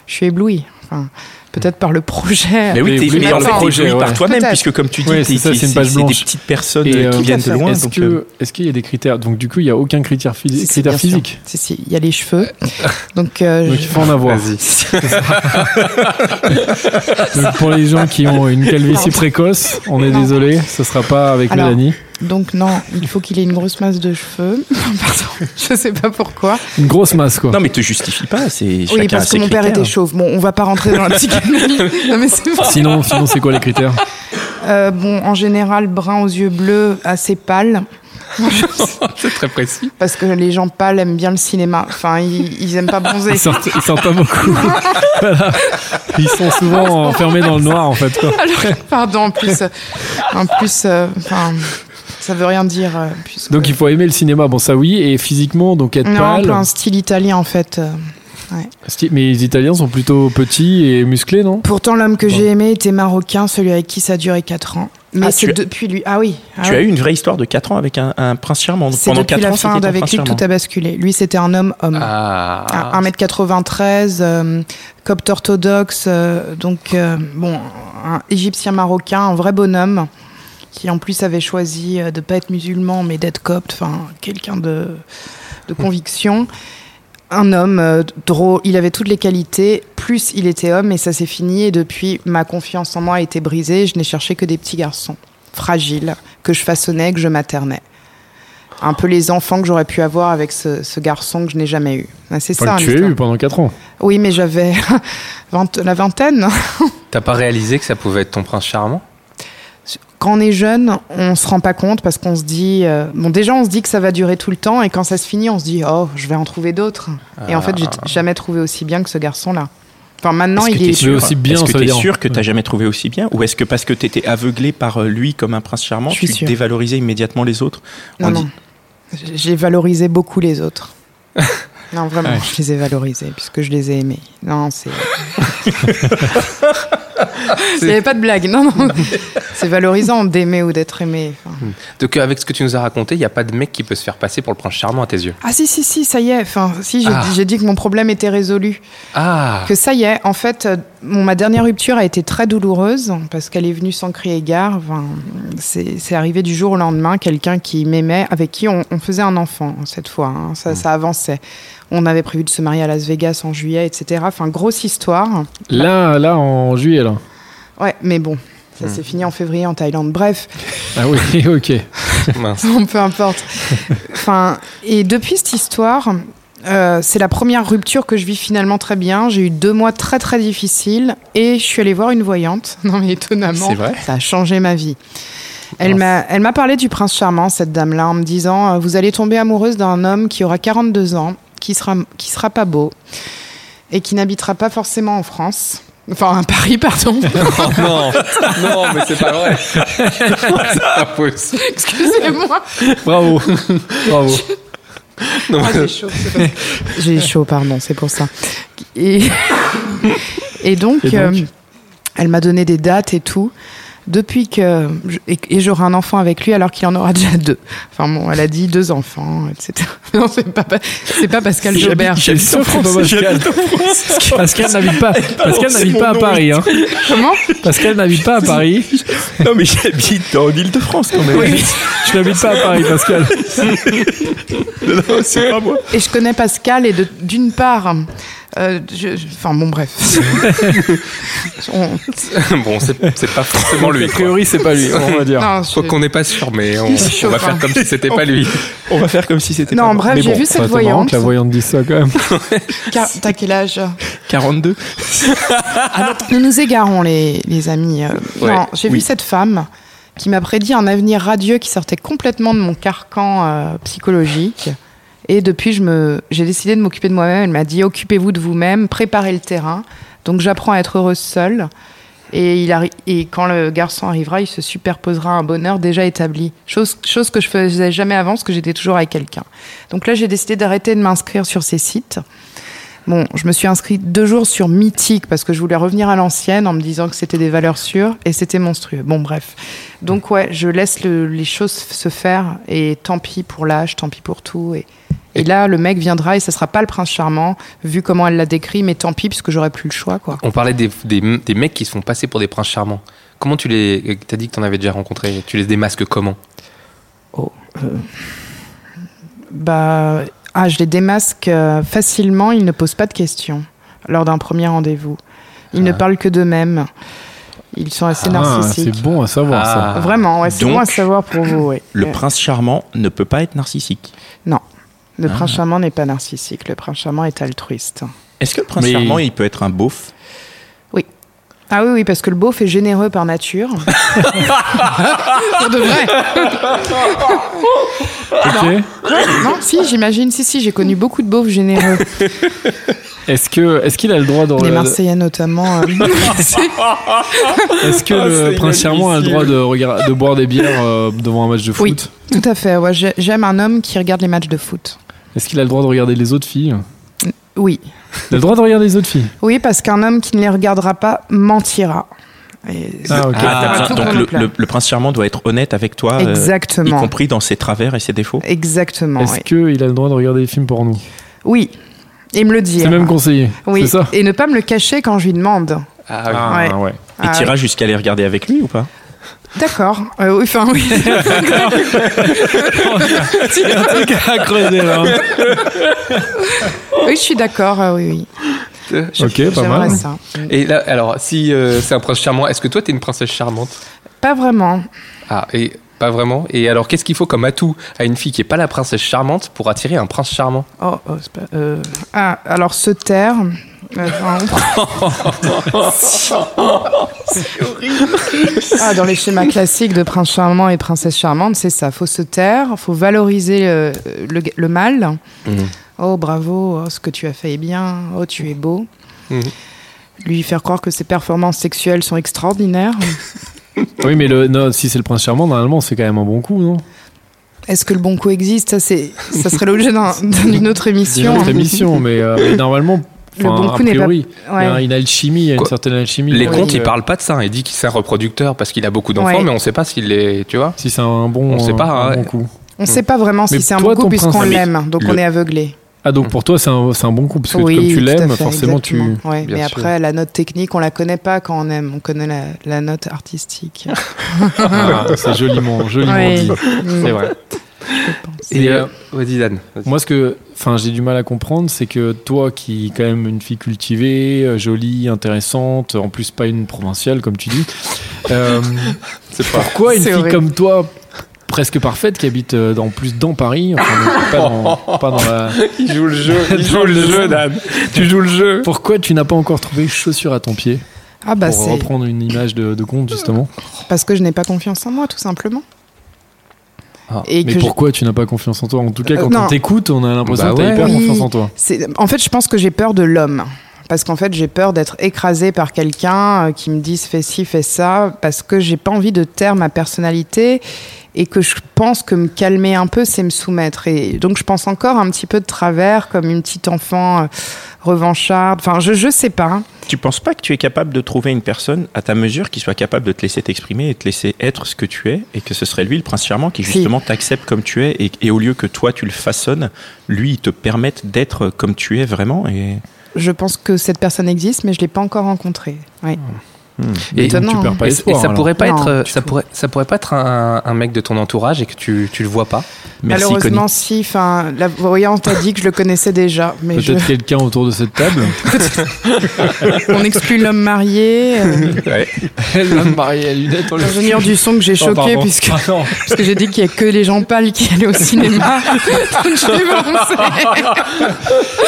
[SPEAKER 4] je suis éblouie. Enfin, peut-être par le projet.
[SPEAKER 1] Mais oui,
[SPEAKER 2] Mais
[SPEAKER 1] t'es
[SPEAKER 2] oui,
[SPEAKER 1] mais
[SPEAKER 2] par
[SPEAKER 1] en
[SPEAKER 2] le
[SPEAKER 1] fait, t'es
[SPEAKER 2] projet,
[SPEAKER 1] ébloui
[SPEAKER 2] ouais.
[SPEAKER 1] par toi-même,
[SPEAKER 4] Peut-être.
[SPEAKER 1] puisque comme tu dis,
[SPEAKER 2] Ouais,
[SPEAKER 1] t'es-
[SPEAKER 2] c'est ça,
[SPEAKER 1] t'es-
[SPEAKER 2] c'est une
[SPEAKER 1] c'est
[SPEAKER 2] page
[SPEAKER 1] c'est des
[SPEAKER 2] blanche.
[SPEAKER 1] petites personnes
[SPEAKER 2] Et,
[SPEAKER 1] euh,
[SPEAKER 2] euh,
[SPEAKER 1] qui viennent de loin.
[SPEAKER 4] Est-ce
[SPEAKER 2] Est-ce
[SPEAKER 1] donc,
[SPEAKER 2] que-
[SPEAKER 1] euh,
[SPEAKER 2] est-ce qu'il y a des critères Donc, du coup, il n'y a aucun critère, physi-
[SPEAKER 4] Si, si,
[SPEAKER 2] critère
[SPEAKER 4] bien sûr.
[SPEAKER 2] physique.
[SPEAKER 4] Si, si, il y a les cheveux. Donc, euh,
[SPEAKER 2] Donc,
[SPEAKER 4] je-
[SPEAKER 2] il faut en avoir. Donc, pour les gens qui ont une calvitie précoce, on est
[SPEAKER 4] Non.
[SPEAKER 2] désolé, ce sera pas avec
[SPEAKER 4] Alors,
[SPEAKER 2] Mélanie.
[SPEAKER 4] donc non, il faut qu'il ait une grosse masse de cheveux. Pardon, je sais pas pourquoi.
[SPEAKER 2] Une grosse masse, quoi.
[SPEAKER 1] Non, mais te justifie pas, c'est
[SPEAKER 4] Oui,
[SPEAKER 1] chacun a
[SPEAKER 4] parce que
[SPEAKER 1] ses
[SPEAKER 4] mon père
[SPEAKER 1] critères.
[SPEAKER 4] était chauve. Bon, on va pas rentrer dans la psychanalyse. Non, mais c'est vrai.
[SPEAKER 2] Sinon, sinon c'est quoi les critères
[SPEAKER 4] Euh, bon, en général, brun aux yeux bleus, assez pâle.
[SPEAKER 3] C'est très précis.
[SPEAKER 4] Parce que les gens pâles aiment bien le cinéma. Enfin, ils, ils aiment pas bronzer.
[SPEAKER 2] Ils sortent, ils sortent pas beaucoup. Voilà. Ils sont souvent enfermés dans le noir, en fait. Quoi.
[SPEAKER 4] Alors, pardon, en plus, euh, en plus, euh, enfin, ça veut rien dire. euh, puisque-
[SPEAKER 2] Donc, il faut aimer le cinéma. Bon, ça oui, et physiquement, donc être
[SPEAKER 4] non, un peu
[SPEAKER 2] pâle.
[SPEAKER 4] un style italien en fait. euh.
[SPEAKER 2] Sti- Mais les Italiens sont plutôt petits et musclés, non
[SPEAKER 4] Pourtant, l'homme que
[SPEAKER 2] Bon.
[SPEAKER 4] j'ai aimé était marocain, celui avec qui ça a duré 4 ans. Mais
[SPEAKER 1] Ah,
[SPEAKER 4] c'est
[SPEAKER 1] tu as-
[SPEAKER 4] depuis lui. Ah oui. ah
[SPEAKER 1] Tu
[SPEAKER 4] oui.
[SPEAKER 1] as eu une vraie histoire de 4 ans avec un, un prince charmant. Donc,
[SPEAKER 4] C'est
[SPEAKER 1] Pendant
[SPEAKER 4] depuis
[SPEAKER 1] 4
[SPEAKER 4] la
[SPEAKER 1] ans,
[SPEAKER 4] fin
[SPEAKER 1] c'était ton
[SPEAKER 4] avec
[SPEAKER 1] prince
[SPEAKER 4] lui que
[SPEAKER 1] charmant.
[SPEAKER 4] tout a basculé. Lui, c'était un homme-homme.
[SPEAKER 3] Ah.
[SPEAKER 4] À 1m93, euh, copte orthodoxe, euh, donc euh, bon, un égyptien marocain, un vrai bonhomme, qui en plus avait choisi euh, de pas être musulman mais d'être copte, enfin quelqu'un de, de conviction. Un homme euh, drôle, il avait toutes les qualités, plus il était homme et ça s'est fini. Et depuis, ma confiance en moi a été brisée, je n'ai cherché que des petits garçons, fragiles, que je façonnais, que je maternais. Un peu les enfants que j'aurais pu avoir avec ce, ce garçon que je n'ai jamais eu. Ah, C'est
[SPEAKER 2] Enfin, que
[SPEAKER 4] ça. un
[SPEAKER 2] tu as
[SPEAKER 4] histoire.
[SPEAKER 2] eu pendant 4 ans.
[SPEAKER 4] Oui, mais j'avais vingt- la vingtaine.
[SPEAKER 3] T'as pas réalisé que ça pouvait être ton prince charmant
[SPEAKER 4] Quand on est jeune, on se rend pas compte parce qu'on se dit euh, bon déjà on se dit que ça va durer tout le temps et quand ça se finit, on se dit oh je vais en trouver d'autres. Et en fait, j'ai t- jamais trouvé aussi bien que ce garçon-là. Enfin maintenant,
[SPEAKER 1] Est-ce que
[SPEAKER 4] il
[SPEAKER 1] t'es
[SPEAKER 4] est,
[SPEAKER 2] sûr aussi bien,
[SPEAKER 1] Est-ce que
[SPEAKER 2] ça veut
[SPEAKER 1] t'es
[SPEAKER 2] dire.
[SPEAKER 1] sûr que t'as jamais trouvé aussi bien Ou est-ce que parce que t'étais aveuglé par euh, lui comme un prince charmant,
[SPEAKER 4] Je suis
[SPEAKER 1] tu
[SPEAKER 4] sûre.
[SPEAKER 1] dévalorisais immédiatement les autres
[SPEAKER 4] non
[SPEAKER 1] On
[SPEAKER 4] non.
[SPEAKER 1] dit-
[SPEAKER 4] J'ai valorisé beaucoup les autres. Non vraiment, je les ai valorisés puisque je les ai aimés. Non c'est. Il n'y avait pas de blague. Non non. c'est valorisant d'aimer ou d'être aimé. Enfin,
[SPEAKER 3] Donc, euh, avec ce que tu nous as raconté, il n'y a pas de mec qui peut se faire passer pour le prince charmant à tes yeux.
[SPEAKER 4] Ah si si si ça y est. Enfin si j'ai
[SPEAKER 3] Ah.
[SPEAKER 4] j'ai dit que mon problème était résolu.
[SPEAKER 3] Ah
[SPEAKER 4] que ça y est, en fait, euh, mon- ma dernière rupture a été très douloureuse parce qu'elle est venue sans crier gare. Enfin, c'est c'est arrivé du jour au lendemain, quelqu'un qui m'aimait, avec qui on, on faisait un enfant cette fois. hein. ça, ça avançait. On avait prévu de se marier à Las Vegas en juillet, etc. Enfin, grosse histoire.
[SPEAKER 2] Là, là, en juillet, là.
[SPEAKER 4] Ouais, mais bon. Ça s'est fini en février en Thaïlande. Bref,
[SPEAKER 2] Ah oui, ok.
[SPEAKER 3] mince.
[SPEAKER 4] bon, peu importe. Enfin, et depuis cette histoire, euh, c'est la première rupture que je vis finalement très bien. J'ai eu deux mois très très difficiles et je suis allée voir une voyante. Non mais étonnamment,
[SPEAKER 3] C'est vrai
[SPEAKER 4] ça a changé ma vie. Elle m'a, elle m'a parlé du prince charmant, cette dame-là, en me disant euh, Vous allez tomber amoureuse d'un homme qui aura 42 ans, qui sera, qui sera pas beau et qui n'habitera pas forcément en France. Enfin, à Paris, pardon.
[SPEAKER 3] Oh non Non, mais c'est pas vrai C'est pas possible.
[SPEAKER 4] Excusez-moi.
[SPEAKER 2] Bravo. Bravo.
[SPEAKER 3] Non,
[SPEAKER 4] Ah, j'ai chaud. c'est parce que- J'ai chaud, pardon, c'est pour ça. Et, et donc,
[SPEAKER 2] Et donc
[SPEAKER 4] euh, elle m'a donné des dates et tout. Depuis que. je- et, et j'aurai un enfant avec lui alors qu'il en aura déjà deux. Enfin bon, elle a dit deux enfants, etc. Non, c'est pas, pa- c'est pas Pascal Jobert.
[SPEAKER 2] Je suis sûr que c'est pas Pascal. Pascal n'habite pas, Pascal
[SPEAKER 1] c'est
[SPEAKER 2] n'habite
[SPEAKER 1] mon
[SPEAKER 2] pas à
[SPEAKER 1] nom,
[SPEAKER 2] Paris. Hein.
[SPEAKER 4] Comment
[SPEAKER 2] Pascal n'habite pas à Paris.
[SPEAKER 1] Non, mais j'habite en Ile-de-France quand même.
[SPEAKER 2] Je n'habite pas à Paris, Pascal.
[SPEAKER 1] Non, c'est pas moi.
[SPEAKER 4] Et je connais Pascal et de- d'une part. Euh, je- je- Enfin bon, bref. On-
[SPEAKER 3] bon, c'est c'est pas forcément lui.
[SPEAKER 2] A
[SPEAKER 3] quoi.
[SPEAKER 2] priori, c'est pas lui, on va dire.
[SPEAKER 4] non,
[SPEAKER 3] Quoi
[SPEAKER 4] je-
[SPEAKER 3] qu'on n'est pas sûr, mais on,
[SPEAKER 4] Je suis
[SPEAKER 3] on va
[SPEAKER 4] chaud,
[SPEAKER 3] faire
[SPEAKER 4] hein.
[SPEAKER 3] comme si c'était pas lui.
[SPEAKER 1] On va faire comme si c'était.
[SPEAKER 4] Non,
[SPEAKER 1] pas
[SPEAKER 4] en
[SPEAKER 1] moi.
[SPEAKER 4] bref,
[SPEAKER 1] Mais
[SPEAKER 4] j'ai
[SPEAKER 1] bon,
[SPEAKER 4] vu
[SPEAKER 2] C'est
[SPEAKER 4] cette
[SPEAKER 2] marrant
[SPEAKER 4] voyante.
[SPEAKER 2] que la voyante dise ça quand même.
[SPEAKER 4] Car- T'as quel âge
[SPEAKER 1] 42.
[SPEAKER 4] Nous nous égarons, les, les amis. Euh,
[SPEAKER 3] Ouais,
[SPEAKER 4] non, j'ai
[SPEAKER 1] oui.
[SPEAKER 4] vu cette femme qui m'a prédit un avenir radieux qui sortait complètement de mon carcan euh, psychologique. Et depuis, je me, j'ai décidé de m'occuper de moi-même. Elle m'a dit occupez-vous de vous-même, préparez le terrain. Donc, j'apprends à être heureuse seule. Et, il arri- et quand le garçon arrivera, il se superposera à un bonheur déjà établi. Chose, chose que je faisais jamais avant, parce que j'étais toujours avec quelqu'un. Donc là, j'ai décidé d'arrêter de m'inscrire sur ces sites. Bon, je me suis inscrite deux jours sur Mythique parce que je voulais revenir à l'ancienne en me disant que c'était des valeurs sûres et c'était monstrueux. Bon, bref. Donc, ouais, je laisse le- les choses f- se faire et tant pis pour l'âge, tant pis pour tout. Et, et là, le mec viendra et ce sera pas le prince charmant vu comment elle l'a décrit, mais tant pis puisque j'aurais plus le choix, quoi.
[SPEAKER 3] On parlait des, des, des mecs qui se font passer pour des princes charmants. Comment tu les. T'as dit que t'en avais déjà rencontré. Tu les démasques comment
[SPEAKER 4] Bah, ah, je les démasque euh, facilement, ils ne posent pas de questions lors d'un premier rendez-vous. Ils ne parlent que d'eux-mêmes. Ils sont assez
[SPEAKER 2] Ah,
[SPEAKER 4] narcissiques.
[SPEAKER 2] c'est bon à savoir ça.
[SPEAKER 3] Ah.
[SPEAKER 4] Vraiment, ouais, c'est
[SPEAKER 1] Donc,
[SPEAKER 4] bon à savoir pour vous. ouais. Euh,
[SPEAKER 1] Le
[SPEAKER 4] Ouais.
[SPEAKER 1] prince charmant ne peut pas être narcissique.
[SPEAKER 4] Non. Le
[SPEAKER 2] Ah.
[SPEAKER 4] prince charmant n'est pas narcissique, le prince charmant est altruiste.
[SPEAKER 1] Est-ce que le prince
[SPEAKER 3] Mais-
[SPEAKER 1] charmant, il peut être un beauf
[SPEAKER 4] Ah oui, oui, parce que le beauf est généreux par nature. Pour de vrai.
[SPEAKER 2] Ok.
[SPEAKER 4] Non, si, j'imagine, si, si, j'ai connu beaucoup de beaufs généreux.
[SPEAKER 2] Est-ce que est-ce qu'il a le droit de
[SPEAKER 4] Les Marseillais notamment. euh,
[SPEAKER 2] Est-ce que le prince charmant a le droit de regard- de boire des bières euh, devant un match de foot
[SPEAKER 4] Oui. tout à fait, ouais, j'ai- j'aime un homme qui regarde les matchs de foot.
[SPEAKER 2] Est-ce qu'il a le droit de regarder les autres filles
[SPEAKER 4] Oui.
[SPEAKER 2] Il a le droit de regarder les autres filles.
[SPEAKER 4] Oui, parce qu'un homme qui ne les regardera pas mentira. Et
[SPEAKER 2] Ah, ok.
[SPEAKER 4] Ça va
[SPEAKER 1] Ah,
[SPEAKER 4] tout
[SPEAKER 1] donc
[SPEAKER 4] prendre en
[SPEAKER 1] le,
[SPEAKER 4] plein.
[SPEAKER 1] le- le prince charmant doit être honnête avec toi, euh, y
[SPEAKER 4] Exactement.
[SPEAKER 1] compris dans ses travers et ses défauts.
[SPEAKER 4] Exactement.
[SPEAKER 2] Est-ce
[SPEAKER 4] oui.
[SPEAKER 2] qu'il a le droit de regarder des films porno
[SPEAKER 4] Oui. Et me le dire.
[SPEAKER 2] C'est même conseillé.
[SPEAKER 4] Oui.
[SPEAKER 2] C'est ça
[SPEAKER 4] Et ne pas me le cacher quand je lui demande.
[SPEAKER 3] Ah, oui.
[SPEAKER 4] Ouais.
[SPEAKER 1] Et
[SPEAKER 4] Ah,
[SPEAKER 1] t'iras jusqu'à les regarder avec lui ou pas
[SPEAKER 4] D'accord. Euh, oui, enfin, oui. Oui, je suis d'accord. euh, oui, oui. Je-
[SPEAKER 2] Ok, pas
[SPEAKER 4] j'aimerais
[SPEAKER 2] mal.
[SPEAKER 4] ça.
[SPEAKER 3] Et là, alors, si euh, c'est un prince charmant, est-ce que toi, t'es une princesse charmante
[SPEAKER 4] Pas vraiment.
[SPEAKER 3] Ah, et pas vraiment. Et alors, qu'est-ce qu'il faut comme atout à une fille qui est pas la princesse charmante pour attirer un prince charmant
[SPEAKER 4] Oh, oh, c'est pas- euh, ah, alors se taire. Euh, non. Ah, dans les schémas classiques de prince charmant et princesse charmante, c'est ça. Faut se taire, faut valoriser euh, le, le mal.
[SPEAKER 2] Mhm.
[SPEAKER 4] Oh, bravo, oh, ce que tu as fait est bien. Oh, tu es beau.
[SPEAKER 3] Mhm.
[SPEAKER 4] Lui faire croire que ses performances sexuelles sont extraordinaires.
[SPEAKER 2] Oui, mais le, non, si c'est le prince charmant, normalement, c'est quand même un bon coup, non
[SPEAKER 4] Est-ce que le bon coup existe Ça, c'est, ça serait l'objet d'un- d'une autre
[SPEAKER 2] C'est une
[SPEAKER 4] émission.
[SPEAKER 2] autre émission, mais, euh, mais normalement,
[SPEAKER 4] Le
[SPEAKER 2] enfin,
[SPEAKER 4] bon
[SPEAKER 2] a
[SPEAKER 4] coup n'est pas-
[SPEAKER 2] priori, il y a
[SPEAKER 4] Ouais.
[SPEAKER 2] une alchimie, il y a une
[SPEAKER 3] Quoi
[SPEAKER 2] certaine alchimie.
[SPEAKER 3] Les
[SPEAKER 2] Donc,
[SPEAKER 3] contes,
[SPEAKER 2] euh,
[SPEAKER 3] ils parlent pas de ça. Ils disent qu'il c'est un reproducteur parce qu'il a beaucoup d'enfants,
[SPEAKER 4] Ouais.
[SPEAKER 3] mais on sait pas s'il est. Tu vois
[SPEAKER 2] Si c'est un bon,
[SPEAKER 3] On sait pas,
[SPEAKER 2] un
[SPEAKER 3] hein.
[SPEAKER 2] bon coup.
[SPEAKER 4] On ne sait pas vraiment si
[SPEAKER 2] Mais
[SPEAKER 4] c'est un
[SPEAKER 2] toi,
[SPEAKER 4] bon coup
[SPEAKER 2] ton
[SPEAKER 4] puisqu'on
[SPEAKER 2] principe-
[SPEAKER 4] l'aime, donc
[SPEAKER 1] Le-
[SPEAKER 4] on est aveuglé.
[SPEAKER 2] Ah,
[SPEAKER 3] Mm.
[SPEAKER 2] donc pour toi, c'est un, c'est un bon coup, parce que
[SPEAKER 4] oui,
[SPEAKER 2] comme tu
[SPEAKER 4] tout à
[SPEAKER 2] l'aimes,
[SPEAKER 4] fait,
[SPEAKER 2] forcément, tu.
[SPEAKER 4] exactement. Ouais,
[SPEAKER 3] Bien
[SPEAKER 4] mais
[SPEAKER 3] sûr.
[SPEAKER 4] après, la note technique, on la connaît pas quand on aime. On connaît la, la note artistique.
[SPEAKER 2] Ah, c'est joliment, joliment
[SPEAKER 4] Ouais. Mm.
[SPEAKER 2] dit.
[SPEAKER 3] C'est vrai.
[SPEAKER 2] Mm. Et,
[SPEAKER 3] Et,
[SPEAKER 2] euh,
[SPEAKER 3] euh, vas-y, Dan. Vas-y.
[SPEAKER 2] Moi, ce que, enfin, j'ai du mal à comprendre, c'est que toi, qui es quand même une fille cultivée, euh, jolie, intéressante, en plus pas une provinciale comme tu dis, euh,
[SPEAKER 3] c'est pas.
[SPEAKER 2] pourquoi une
[SPEAKER 4] C'est
[SPEAKER 2] fille
[SPEAKER 4] horrible.
[SPEAKER 2] comme toi, presque parfaite, qui habite euh, en plus dans Paris, enfin, donc pas, dans, pas dans la-
[SPEAKER 3] Il joue le jeu, il
[SPEAKER 2] joue le jeu,
[SPEAKER 3] Dan. Tu joues le jeu.
[SPEAKER 2] pourquoi tu n'as pas encore trouvé chaussure à ton pied
[SPEAKER 4] Ah bah
[SPEAKER 2] pour
[SPEAKER 4] c'est
[SPEAKER 2] reprendre une image de, de conte justement.
[SPEAKER 4] parce que je n'ai pas confiance en moi, tout simplement.
[SPEAKER 3] Ah,
[SPEAKER 4] Et
[SPEAKER 2] Mais
[SPEAKER 4] que je-
[SPEAKER 2] pourquoi tu n'as pas confiance en toi En tout cas,
[SPEAKER 4] Euh,
[SPEAKER 2] quand on
[SPEAKER 4] non.
[SPEAKER 2] t'écoute, on a l'impression
[SPEAKER 3] Bah
[SPEAKER 2] que tu
[SPEAKER 3] ouais.
[SPEAKER 2] hyper
[SPEAKER 4] Oui.
[SPEAKER 2] confiance en toi.
[SPEAKER 4] c'est- en fait, je pense que j'ai peur de l'homme. Parce qu'en fait, j'ai peur d'être écrasée par quelqu'un euh, qui me dise fais ci, fais ça, parce que j'ai pas envie de taire ma personnalité et que je pense que me calmer un peu, c'est me soumettre. Et donc, je pense encore un petit peu de travers, comme une petite enfant euh, revancharde. Enfin, je, je sais pas.
[SPEAKER 1] Tu penses pas que tu es capable de trouver une personne à ta mesure qui soit capable de te laisser t'exprimer et te laisser être ce que tu es et que ce serait lui, le prince charmant, qui
[SPEAKER 4] Si.
[SPEAKER 1] justement t'accepte comme tu es et, et au lieu que toi tu le façonnes, lui il te permette d'être comme tu es vraiment et
[SPEAKER 4] Je pense que cette personne existe, mais je l'ai pas encore rencontrée. Ouais.
[SPEAKER 3] Et,
[SPEAKER 4] Étonnant,
[SPEAKER 2] tu perds
[SPEAKER 4] hein.
[SPEAKER 2] pas
[SPEAKER 3] et-
[SPEAKER 2] espoir.
[SPEAKER 3] et ça
[SPEAKER 2] alors.
[SPEAKER 3] pourrait pas
[SPEAKER 4] Non,
[SPEAKER 3] être, euh,
[SPEAKER 4] tu
[SPEAKER 3] ça pourrait, ça pourrait pas être un, un mec de ton entourage et que tu, tu le vois pas.
[SPEAKER 1] Merci,
[SPEAKER 4] Malheureusement,
[SPEAKER 1] Connie.
[SPEAKER 4] si. Enfin, la voyante a dit que je le connaissais déjà, mais je-
[SPEAKER 2] Peut-être quelqu'un autour de cette table.
[SPEAKER 4] on exclut l'homme marié, euh,
[SPEAKER 2] L'homme marié à lunettes, on le-
[SPEAKER 4] l'ingénieur du son que j'ai
[SPEAKER 2] Oh,
[SPEAKER 4] choqué
[SPEAKER 2] pardon.
[SPEAKER 4] puisque
[SPEAKER 2] Ah, non.
[SPEAKER 4] parce que j'ai dit qu'il y a que les gens pâles qui allaient au cinéma. Donc, je l'ai balancé.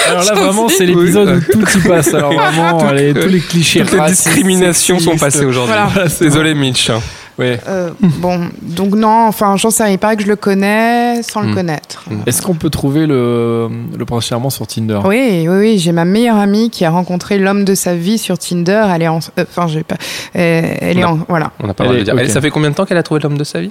[SPEAKER 2] Alors là,
[SPEAKER 4] Je
[SPEAKER 2] vraiment,
[SPEAKER 4] sais.
[SPEAKER 2] c'est l'épisode
[SPEAKER 3] Oui.
[SPEAKER 2] où tout y passe. Alors vraiment, allez, tous les clichés.
[SPEAKER 3] Toutes les
[SPEAKER 2] racistes,
[SPEAKER 3] discriminations sont
[SPEAKER 2] sexistes.
[SPEAKER 3] passées aujourd'hui.
[SPEAKER 2] Voilà.
[SPEAKER 3] Désolé, Mitch.
[SPEAKER 2] Ouais.
[SPEAKER 4] Euh, bon, donc non, enfin, j'en sais rien. Il paraît que je le connais sans
[SPEAKER 2] Hmm.
[SPEAKER 3] Mm.
[SPEAKER 4] le connaître.
[SPEAKER 2] Est-ce qu'on peut trouver le, le prince charmant sur Tinder
[SPEAKER 4] Oui, oui, oui, j'ai ma meilleure amie qui a rencontré l'homme de sa vie sur Tinder. Elle est en, euh, enfin, j'ai pas, euh, elle est en, voilà,
[SPEAKER 3] On n'a pas le droit
[SPEAKER 2] Allez,
[SPEAKER 3] de dire.
[SPEAKER 2] ok.
[SPEAKER 3] Elle, ça fait combien de temps qu'elle a trouvé l'homme de sa vie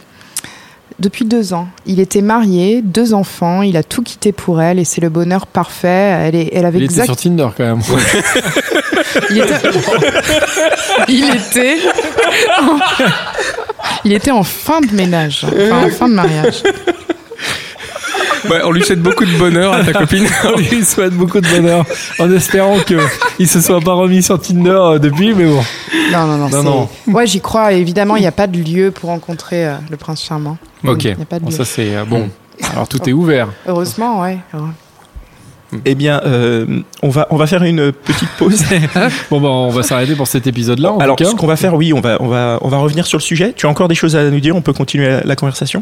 [SPEAKER 4] depuis deux ans. Il était marié, deux enfants, il a tout quitté pour elle et c'est le bonheur parfait. Elle est, elle avait
[SPEAKER 2] Il était
[SPEAKER 4] exact-
[SPEAKER 2] sur Tinder quand même.
[SPEAKER 4] il était, il était, il était en fin de ménage, enfin, en fin de mariage.
[SPEAKER 3] Ouais, Bah, On lui souhaite beaucoup de bonheur à ta copine.
[SPEAKER 2] On lui souhaite beaucoup de bonheur en espérant qu'il se soit pas remis sur Tinder euh, depuis, mais bon.
[SPEAKER 4] Non, non, non.
[SPEAKER 2] Non,
[SPEAKER 4] c'est- Ouais, j'y crois. Évidemment, il n'y a pas de lieu pour rencontrer euh, le prince charmant.
[SPEAKER 3] Ok.
[SPEAKER 4] Il n'y a pas de
[SPEAKER 2] Bon,
[SPEAKER 4] lieu.
[SPEAKER 2] ça c'est euh, bon. Alors tout est ouvert.
[SPEAKER 4] Heureusement, ouais. Heureux.
[SPEAKER 1] Eh bien, euh, on, va, on va faire une petite pause.
[SPEAKER 3] Hein
[SPEAKER 2] Bon bah on va s'arrêter pour cet épisode là en
[SPEAKER 1] Alors,
[SPEAKER 2] tout cas.
[SPEAKER 1] ce qu'on va faire, oui, on va, on, va, on va revenir sur le sujet. Tu as encore des choses à nous dire On peut continuer la, la conversation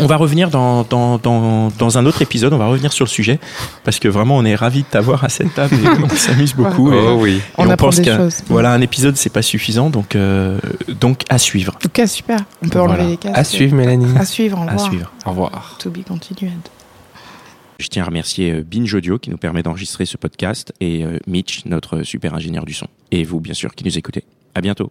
[SPEAKER 1] on va revenir dans, dans, dans, dans un autre épisode, on va revenir sur le sujet, parce que vraiment on est ravis de t'avoir à cette table, et on s'amuse beaucoup. et-
[SPEAKER 2] euh,
[SPEAKER 3] Oh oui.
[SPEAKER 1] Et
[SPEAKER 4] On apprend des
[SPEAKER 1] qu'un-
[SPEAKER 4] choses.
[SPEAKER 1] Voilà, un épisode, c'est pas suffisant, donc, euh, donc à suivre.
[SPEAKER 4] En tout cas, super. On peut enlever
[SPEAKER 1] Voilà.
[SPEAKER 4] les casques.
[SPEAKER 3] À suivre, Mélanie.
[SPEAKER 4] À suivre, au
[SPEAKER 1] À
[SPEAKER 4] revoir.
[SPEAKER 1] suivre.
[SPEAKER 2] Au revoir.
[SPEAKER 4] To be continued.
[SPEAKER 1] Je tiens à remercier euh, Binge Audio qui nous permet d'enregistrer ce podcast et euh, Mitch, notre super ingénieur du son. Et vous, bien sûr, qui nous écoutez. À bientôt.